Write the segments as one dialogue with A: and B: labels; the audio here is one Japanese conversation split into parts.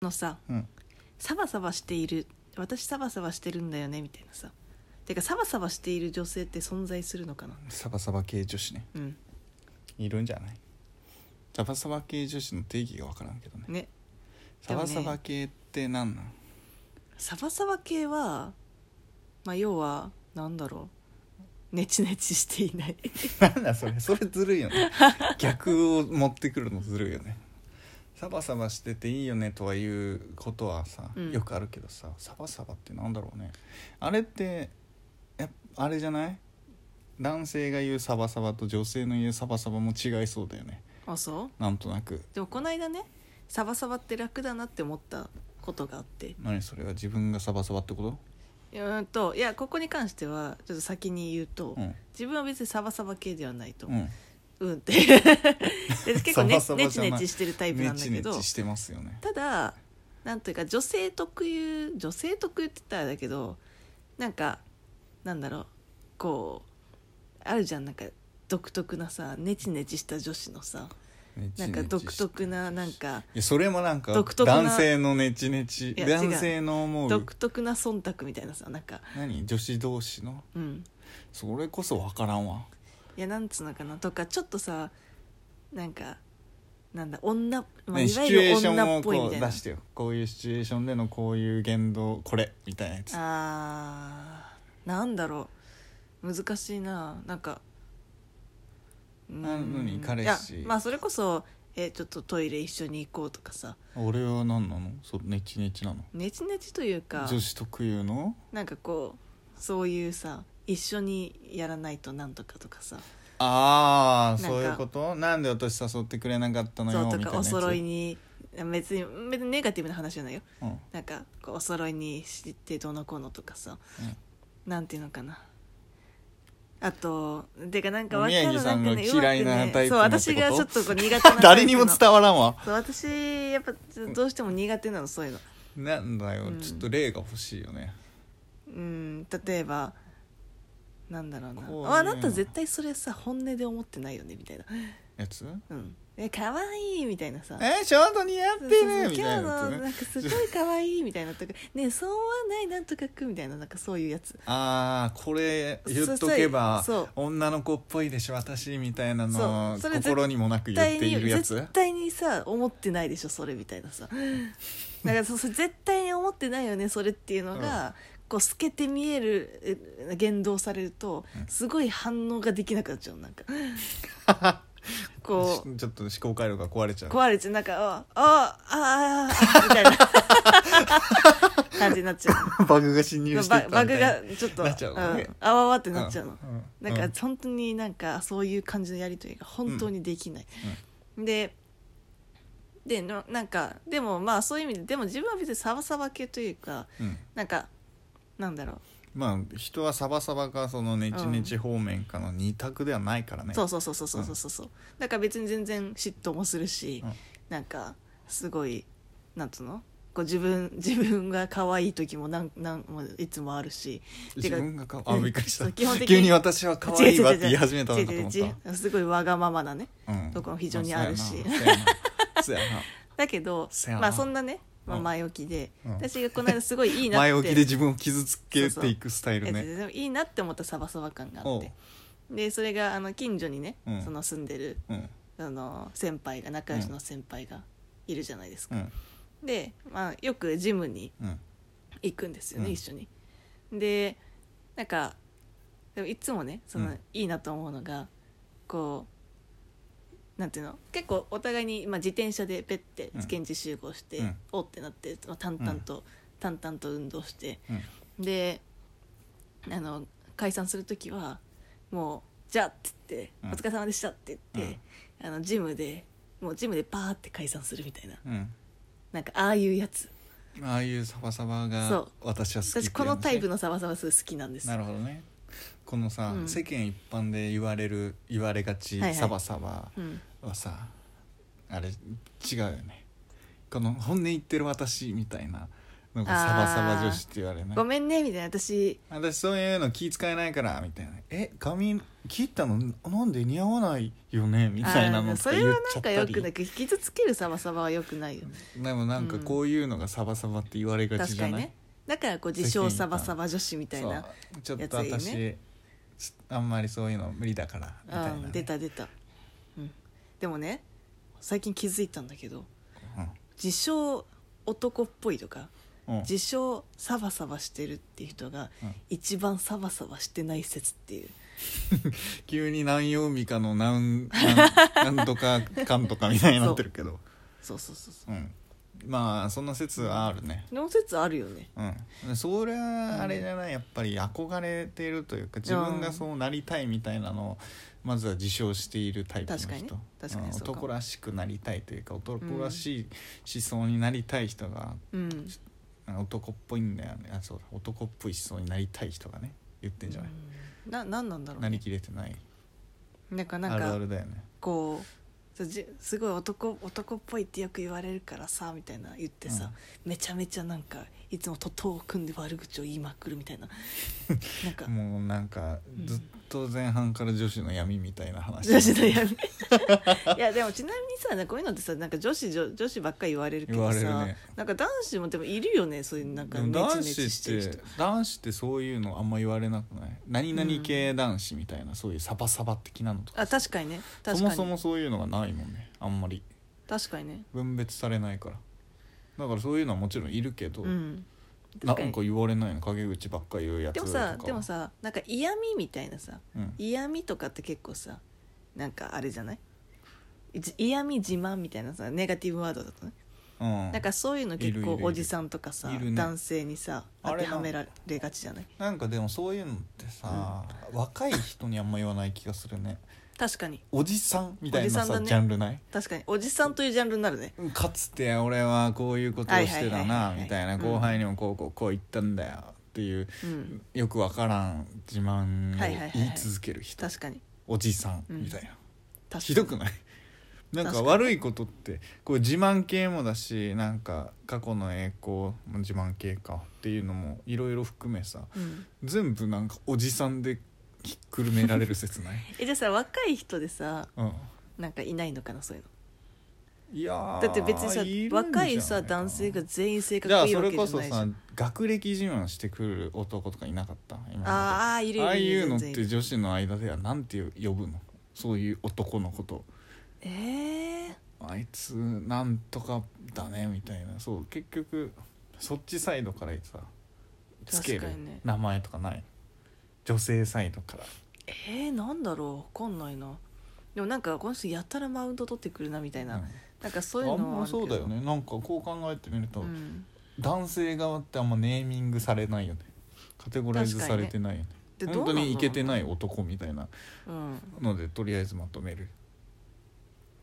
A: のさ
B: うん
A: サバサバしている私サバサバしてるんだよねみたいなさてかサバサバしている女性って存在するのかな
B: サバサバ系女子ね
A: うん
B: いるんじゃないサバサバ系女子の定義が分からんけどね
A: ね
B: サバサバ系って何なん
A: サバサバ系はまあ要はなんだろうネチネチしていない
B: なんだそれそれずるいよね逆を持ってくるのずるいよねサバサバしてていいよねとは言うことはさ、
A: うん
B: よくあるけどさサバサバってなんだろうねあれってやっぱあれじゃない男性が言うサバサバと女性の言うサバサバも違いそうだよね
A: あそう
B: なんとなく
A: でもこの間ねサバサバって楽だなって思ったことがあって
B: 何それは自分がサバサバってこと
A: うーんといやここに関してはちょっと先に言うと、
B: うん
A: 自分は別にサバサバ系ではないと、
B: う
A: うん、
B: ん
A: って で結構ね
B: サバサバ
A: ネ
B: じ
A: チ
B: ゃない
A: ネチしてるタイプ
B: ネ
A: なんだ
B: チ
A: け
B: ネ
A: ど
B: チしてますよね
A: ただなんというか女性特有女性特有って言ったらあれだけどなんかなんだろうこうあるじゃんなんか独特なさネチネチした女子のさ
B: ネチ
A: な
B: ネ
A: ん
B: チ
A: か独
B: して
A: 特ななんか
B: いやそれもなんか
A: 独特な
B: 男性のネチネチ
A: いや違う
B: 男性の思う
A: 独特な忖度みたいなさなんか
B: 何女子同士の
A: うん
B: それこそ分からんわ
A: いやなんつうのかなとかちょっとさなんかなんだ女、まあ、
B: ね
A: い
B: シ
A: わ
B: チュ
A: ゆ
B: エ
A: る
B: ーション
A: 女っ
B: を
A: ぽい
B: こ
A: み
B: う
A: たい
B: 出
A: な
B: してよこういうシチュエーションでのこういう言動これみたいなやつ
A: あーなんだろう難しいななんかうーん
B: なのに彼氏
A: いやまあそれこそえちょっとトイレ一緒に行こうとかさ
B: 俺は何なのそうネチネチなの
A: ネチネチというか
B: 女子特有の
A: なんかこうそういうさ一緒にやらないとなんとかとかさ
B: ああ
A: なんか
B: そういうことなんで私誘ってくれなかったのよ
A: そう
B: みた
A: と
B: いな
A: か
B: や
A: お
B: つ
A: 揃いに別に別にネガティブな話じゃないよ
B: うん うん
A: なんかこうお揃いにしてどうのこうのとかさなんていうのかなあとてかなんかわかる
B: 宮城さんが
A: なんかねうまくね
B: 嫌いなタイプ
A: そう
B: のって
A: 私
B: こと
A: がちょっとこう苦手なタイプの
B: 誰にも伝わらんわ
A: そう私やっぱどうしても苦手なのそういうの
B: なんだよ
A: うん
B: ちょっと例が欲しいよね
A: うん例えばなんだろうな
B: こういうの
A: ああなた絶対それさ本音で思ってないよねみたいな
B: やつ
A: うんえ可愛いみたいなさ
B: えちょうど似合って
A: そうそうそう
B: るみたいな
A: 今日
B: やつ
A: の
B: ね
A: なんかすごい可愛いみたいなとかねえそうはないなんとかくみたいななんかそういうやつ
B: あーこれ言っとけば
A: そうそう
B: 女の子っぽいでしょ私みたいなの
A: そ
B: を
A: うそれ絶
B: 心にもなく
A: 絶
B: 言っ
A: 対
B: て
A: に
B: いるやつ
A: 絶対にさ思ってないでしょそれみたいな さだからそうそう絶対に思ってないよねそれっていうのが、こう透けて見えるえ言動されるとすごい反応ができなくなっちゃうなんか こう
B: ちょっと思考回路が壊れちゃう
A: 壊れちゃうなんか「あああああ」みたい な感じになっちゃう
B: バグが侵入して
A: バ
B: った
A: バ
B: みた
A: グ
B: いな
A: がちょっと
B: なっちゃうのね
A: んあわわってなっちゃうの、
B: うん
A: なんか本当になんかそういう感じのやり取りが本当にできない、ででのなんかでもまあそういう意味ででも自分は別にサバサバ系というか
B: うんうん
A: なんかなんだろう、
B: まあ人はサバサバかそのネチネチ方面かの二択ではないからね、
A: そうそうそうそうそうそうそうだから別に全然嫉妬もするし、
B: うん
A: なんかすごいなんつうのこう自分 自分が可愛い時もなんなんもういつもあるし
B: 自分がかあびっくりし
A: そ
B: た
A: う基本的に
B: 急に私は可愛いわって言い始めたの
A: 違う
B: かと
A: 違う
B: 思っ
A: 違う違うすごいわがままなね
B: たうん
A: とこも非常にあるし
B: まそうやなそうやな
A: だけど
B: せやな
A: まあそんなね、まあ、
B: うん
A: 前置きで、
B: うん
A: 私がこの間すごいいい
B: そうや
A: な
B: な
A: って
B: 前置きで自分を傷つけていくスタイル
A: い
B: ね
A: やでもいいなって思ったサバサバ感があ
B: お
A: っ
B: う
A: てでそれがあの近所にね、
B: うん
A: その住んでる
B: うん
A: あの先輩が仲良しの先輩がいるじゃないです
B: う
A: か、
B: ん
A: で、まあ、よくジムに
B: うん
A: 行くんですよね、
B: うん
A: 一緒にでなんかでもいつもねその、
B: うん
A: いいなと思うのがこうなんていうの結構お互いに、まあ、自転車でペッて
B: うん
A: 現地集合して、
B: うん
A: おってなって、まあ、淡々と、淡々と運動して
B: うん
A: であの解散する時はもう「じゃあ」って言って「
B: うん
A: お疲れ様でした」って言って、あのジムでもうジムでパーって解散するみたいな
B: うん
A: なんかああいうやつ
B: ああいうサバサバ
A: そ
B: が
A: う
B: 私は好きっていう
A: 私このタイプのサバサバすごい好きなんです
B: なるほどねこのさ、
A: うん
B: 世間一般で言われる言われがち、
A: はいはい
B: サバサバ
A: うん
B: はさあれ違うよねこの本音言ってる私みたいななんかサバサバ女子って言われない
A: ごめんねみたいな私
B: 私そういうの気使えないからみたいな「え髪切ったのなんで似合わないよね」みたいな
A: あ
B: の
A: ー
B: と
A: そ
B: か言
A: れ
B: っ
A: はなん
B: ちゃ
A: か
B: った
A: よく
B: り
A: ない傷つけるサバサバはよくないよね
B: でもなんかこういうのがサバサバって言われがち
A: 確
B: じゃ
A: か
B: ない、
A: にねだからこう自称サバサバ女子みたいな
B: そうちょっと
A: やついいね
B: 私ちょあんまりそういうの無理だからみたいなね、
A: うん、出た出た、うん、でもね最近気づいたんだけど自称男っぽいとか
B: うん、うん
A: 自称サバサバしてるっていう人が
B: うん
A: 一番サバサバしてない説っていう
B: 急に何曜日かの 何何なんとかかんとかみたいになってるけど、
A: そうそうそうそう
B: ん、まあそんな説はあるね
A: その説あるよね
B: うん、それはあれじゃないやっぱり憧れてるというか自分がそうなりたいみたいなのをまずは自称しているタイプの人
A: 確かに確かに
B: うん
A: そうかも
B: 男らしくなりたいというか男らしい思想になりたい人が、
A: うん
B: 男っぽいんだよねあそうだ男っぽい思想になりたい人がね言ってんじゃない、
A: うんななんなんだろう
B: なり
A: ね
B: きれてない
A: なんかなん
B: あるあ
A: か
B: るだよね
A: こうそうじすごい男男っぽいってよく言われるからさみたいな言ってさ、めちゃめちゃなんかいつも徒党を組んで悪口を言いまくるみたい ななんか
B: もうなんか
A: うん
B: ずっと前半から女子の闇みたいな話、
A: 女子の闇 いやでもちなみにさなんかこういうのってさなんか女子女女子ばっかり言われるけどさ、
B: 言われるね
A: なんか男子もでもいるよねそういうなん
B: で
A: か
B: も
A: ネチ
B: 男
A: ネ
B: 子
A: チし
B: って
A: る人
B: て男子ってそういうのあんま言われなくない何々系男子みたいな、そういうサバサバ的なのとか
A: あ確かにね確かに
B: そもそもそういうのがないもんねあんまり
A: 確かにね
B: 分別されないからだからそういうのはもちろんいるけど、
A: うん
B: な
A: 確
B: ん
A: かに
B: か言われないの陰口ばっか言うやつ
A: で
B: と
A: も
B: か
A: さ
B: は
A: でも、さなんか嫌味みたいなさ
B: うん、
A: 嫌味とかって結構さなんかあれじゃないじ嫌味自慢みたいなさネガティブワードだとね、
B: うん
A: なんかそういうの結
B: いるい
A: 構
B: るいる
A: おじさんとかさ、
B: いるね
A: 男性にさ
B: あ
A: 当
B: れ
A: て
B: な
A: はめられがちじゃない
B: なんかでもそういうのってさ、若い人にあんま言わない気がするね
A: 確かに
B: おじさんみたいな
A: おじ
B: さ、
A: さんだね
B: ジャンルない
A: 確かにおじさんというジャンルになるね
B: かつて俺はこういうことをしてた
A: はいはいはいは
B: ない
A: はい
B: みたいな
A: うん
B: 後輩にもこうこうこう言ったんだよっていう
A: うん
B: よくわからん自慢
A: はいはいはいはい
B: を言い続ける人
A: 確かに
B: おじさん
A: うん
B: みたい
A: 確
B: な
A: かに
B: ひどくない なんか
A: 確かに
B: 悪いことってこう自慢系もだしなんか過去の栄光も自慢系かっていうのもいろいろ含めさ
A: うん、
B: 全部なんかおじさんでひっくるめられる 説ない、
A: えじゃあさ若い人でさ
B: うん、
A: なんかいないのかなそういう
B: いや
A: の
B: ー
A: だって別にさ
B: いるんじゃないかな
A: 若いさ男性が全員性
B: じゃあ
A: 格いい
B: そ
A: わ
B: れ
A: けじゃ
B: こ
A: ないじ
B: そ
A: ゃん
B: さ学歴自慢してくる男とかいなかった今まで
A: あーあーいるいる
B: ああいうのっ
A: 全然
B: て女子の間ではなんて呼ぶのそういう男のこと
A: えー、
B: あいつなんとかだねみたいなそう結局そっちサイドからさつける
A: 確かにね
B: 名前とかない女性サイドから
A: えー、なんだろうわかんないなでもなんかこの人やたらマウント取ってくるなみたいな、
B: うん
A: なんかそういう
B: あん
A: のは
B: ま
A: あるけど
B: そうだよねなんかこう考えてみると、
A: うん、
B: 男性側ってあんまネーミングされないよねカテゴライズされてないよね
A: で
B: 本当にイケて
A: い、
B: ない男みたいな
A: うん、
B: のでとりあえずまとめる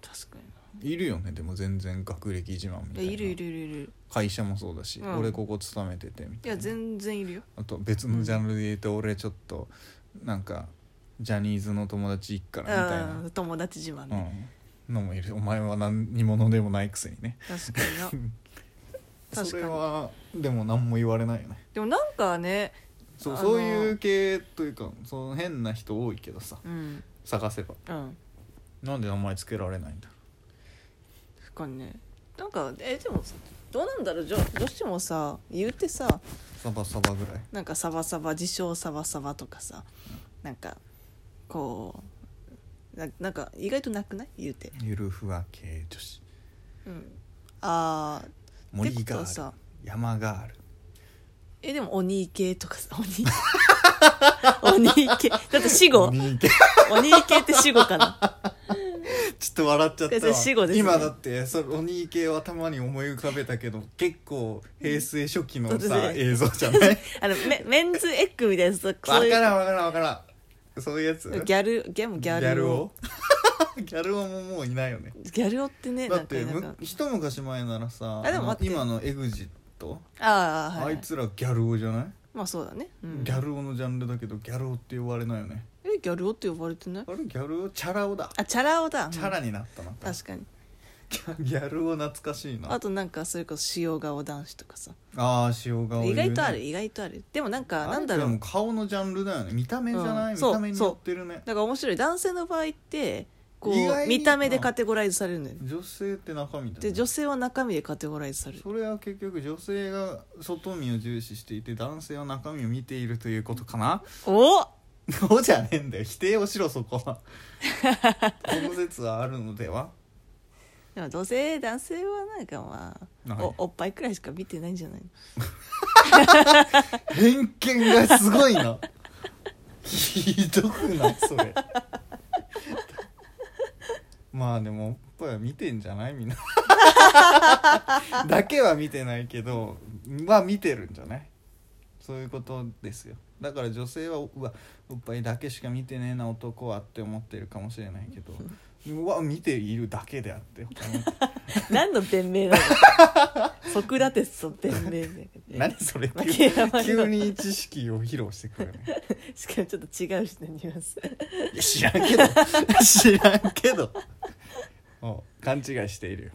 A: 確か
B: いるよねでも全然学歴自慢み
A: に
B: た
A: いや
B: いない
A: るいるいるいる
B: 会社もそうだし、
A: うん
B: 俺ここ勤めててみ
A: い
B: たい
A: や
B: な
A: 全然いるよ
B: あと別のジャンルで言うと俺ちょっとなんかジャニーズの友達行くからみたいな
A: うん友達自慢、
B: う
A: ね
B: ん、のもいるお前は何にものでもないくせにね
A: 確かにな 確かに
B: それはでも何も言われないよね
A: でもなんかね
B: そう
A: あの
B: そういう系というかその変な人多いけどさ
A: うん
B: 探せば
A: うん
B: なんで名前つけられないんだろ
A: 確かにねなんかえでもどうなんだろう女女子もさ言うてさ
B: うサバサバぐらい
A: なんかサバサバ自称サバサバとかさなんかこうななんか意外となくない言うて、
B: ゆるふわ系女子
A: うん、あー
B: 森
A: ってこと
B: ガ
A: は
B: ール
A: さ
B: 山ガール
A: えでも鬼系とかさ鬼 鬼系だって死後
B: 鬼 系
A: 鬼系って死後かな
B: ちょっと笑っちゃっ
A: い
B: た
A: やそれ死語
B: わ、
A: ですね
B: 今だってその鬼系は頭に思い浮かべたけど結構平成初期 の
A: そう
B: さ
A: ですね
B: 映像じゃない
A: あのメメンズエッグみたいなやつとか
B: わ
A: そう
B: か
A: いう
B: らんわからんわからんそういうやつ
A: ギャルギャムギャルギャルを
B: ギャル男ギャル男ももういないよね
A: ギャル男ってね
B: だ
A: な
B: っ
A: んか
B: て
A: なん
B: む
A: か
B: 一昔前ならさ
A: あでも
B: の
A: 待って
B: 今のエグジット
A: ああ、はいは
B: あ
A: い、
B: いつらギャル男じゃない
A: まあそうだね、うん、
B: ギャル男のジャンルだけどギャル男って呼ばれないよね
A: えギャル男って呼ばれてない
B: あれギャル男チャラ男だ
A: あチャラ男だ
B: チャラになったな
A: 確かに
B: ギャギャルを懐かしいな
A: あとなんかそれこそ塩顔男子とかさ
B: ああ塩顔
A: 意外とある
B: いるね
A: 意外とあるでもなんか
B: あ
A: なん
B: れ
A: だろ
B: でも
A: う
B: 顔のジャンルだよね見た目じゃな
A: う
B: い、
A: ん
B: 見
A: そう
B: た目によってるね
A: だから面白い男性の場合ってこ
B: 意外
A: う
B: に
A: 見た目でカテゴライズされるのよね
B: 女性って中身だ、ね、
A: で女性は中身でカテゴライズされる
B: それは結局女性が外見を重視していて男性は中身を見ているということかな
A: お
B: そうじゃねえんだよ否定をしろそこ はこの説はあるのでは
A: でもどうせ男性はなんかまあ、
B: はい
A: おおっぱいくらいしか見てないんじゃないの
B: 偏見がすごいなひどくないそれ まあでもおっぱいは見てんじゃないみん なだけは見てないけどは見てるんじゃないそういうことですよだから女性はうわおっぱいだけしか見てねえな男はって思ってるかもしれないけどうわ見ているだけであ って他の
A: 何の弁明なの ソクラテスの弁明で
B: 何それ
A: まあ毛
B: 急
A: 玉の
B: 急に知識を披露してくるね
A: しかもちょっと違うしねニュアン ス
B: いや知らんけど知らんけどもう勘違いしているよ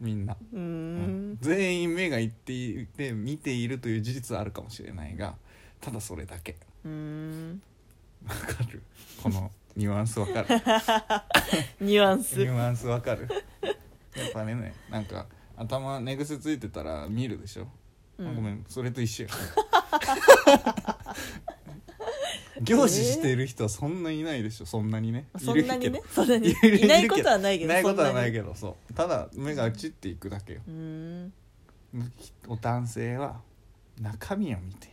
B: みんな、
A: うー
B: うん
A: ん
B: 全員目がいっていて見ているという事実はあるかもしれないがただそれだけ
A: うーん
B: わかるこのニュアンスわかる
A: ニュアン
B: ニ
A: ス
B: ュアンスわかるやっぱねなんか頭寝癖ついてたら見るでしょ、
A: うん
B: ごめんそれと一 緒よ行事している人はそんないないでしょそんなにね
A: そんなに
B: いるけど
A: ねそんなに
B: いる
A: いないことはないけど
B: いないことはない
A: ど
B: けどそうただ目が散っていくだけよ
A: うーん
B: お男性は中身を見て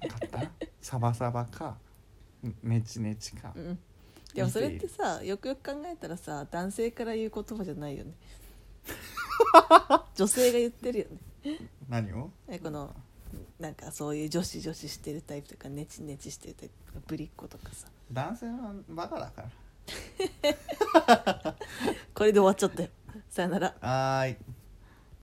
B: いるわかった サバサバかネチネチか
A: うんでもそれってさよくよく考えたらさ男性から言う言葉じゃないよね女性が言ってるよね
B: 何を
A: えこのなんかそういう女子女子してるタイプとかネチネチしてるタイプとかぶりっ子とかさ
B: 男性はバカだから
A: これで終わっちゃったよさよなら
B: はーい